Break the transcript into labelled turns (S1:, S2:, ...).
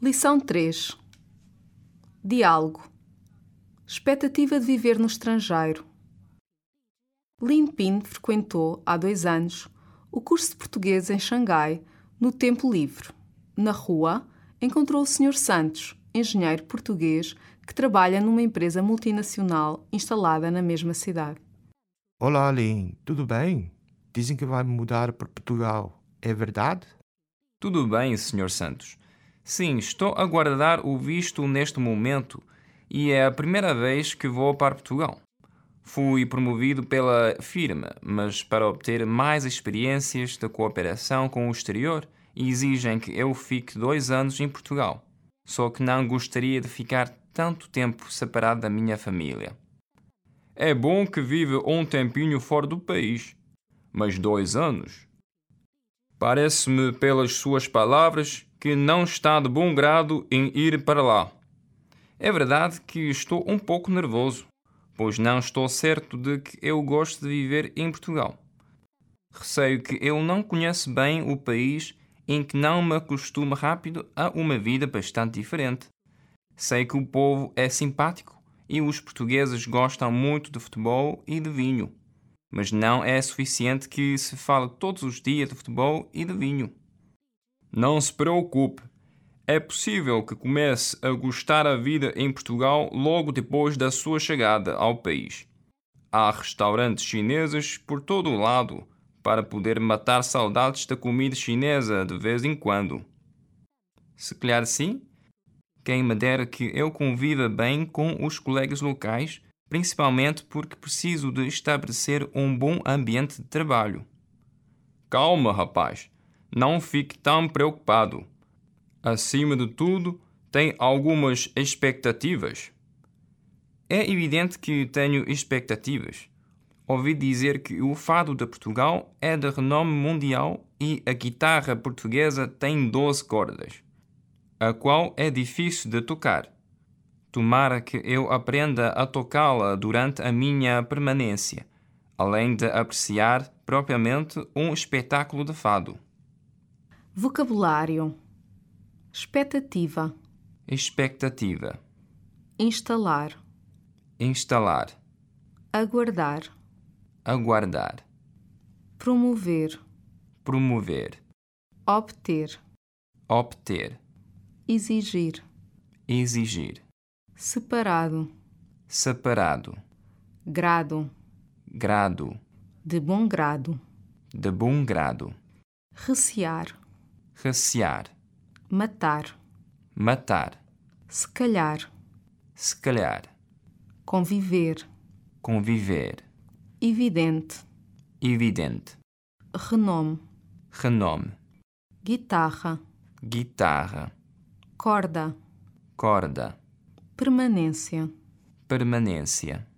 S1: Lição 3: Diálogo. Expectativa de viver no estrangeiro. Lin Pin frequentou, há dois anos, o curso de português em Xangai, no tempo livre. Na rua, encontrou o Sr. Santos, engenheiro português que trabalha numa empresa multinacional instalada na mesma cidade.
S2: Olá, Lin. Tudo bem? Dizem que vai mudar para Portugal. É verdade?
S3: Tudo bem, Sr. Santos. Sim, estou a guardar o visto neste momento e é a primeira vez que vou para Portugal. Fui promovido pela firma, mas para obter mais experiências de cooperação com o exterior, exigem que eu fique dois anos em Portugal. Só que não gostaria de ficar tanto tempo separado da minha família. É bom que vive um tempinho fora do país, mas dois anos? Parece-me, pelas suas palavras, que não está de bom grado em ir para lá. É verdade que estou um pouco nervoso, pois não estou certo de que eu gosto de viver em Portugal. Receio que eu não conheço bem o país em que não me acostumo rápido a uma vida bastante diferente. Sei que o povo é simpático e os portugueses gostam muito de futebol e de vinho, mas não é suficiente que se fale todos os dias de futebol e de vinho. Não se preocupe, é possível que comece a gostar a vida em Portugal logo depois da sua chegada ao país. Há restaurantes chineses por todo o lado para poder matar saudades da comida chinesa de vez em quando. Se calhar sim, quem me dera que eu conviva bem com os colegas locais, principalmente porque preciso de estabelecer um bom ambiente de trabalho. Calma, rapaz, não fique tão preocupado acima de tudo, tem algumas expectativas. É evidente que tenho expectativas. Ouvi dizer que o fado de Portugal é de renome mundial e a guitarra portuguesa tem 12 cordas, a qual é difícil de tocar. Tomara que eu aprenda a tocá-la durante a minha permanência, além de apreciar propriamente um espetáculo de fado.
S1: Vocabulário: expectativa,
S3: Expectativa.
S1: instalar,
S3: Instalar.
S1: aguardar,
S3: Aguardar.
S1: promover,
S3: Promover.
S1: obter,
S3: Obter.
S1: exigir,
S3: Exigir.
S1: separado,
S3: Separado.
S1: grado,
S3: Grado.
S1: de bom grado,
S3: De bom grado.
S1: recear,
S3: Recear.
S1: matar,
S3: Matar.
S1: se calhar,
S3: Se calhar.
S1: conviver,
S3: Conviver.
S1: evidente,
S3: Evidente.
S1: renome,
S3: Renome.
S1: guitarra,
S3: Guitarra.
S1: corda,
S3: Corda.
S1: permanência.
S3: Permanência.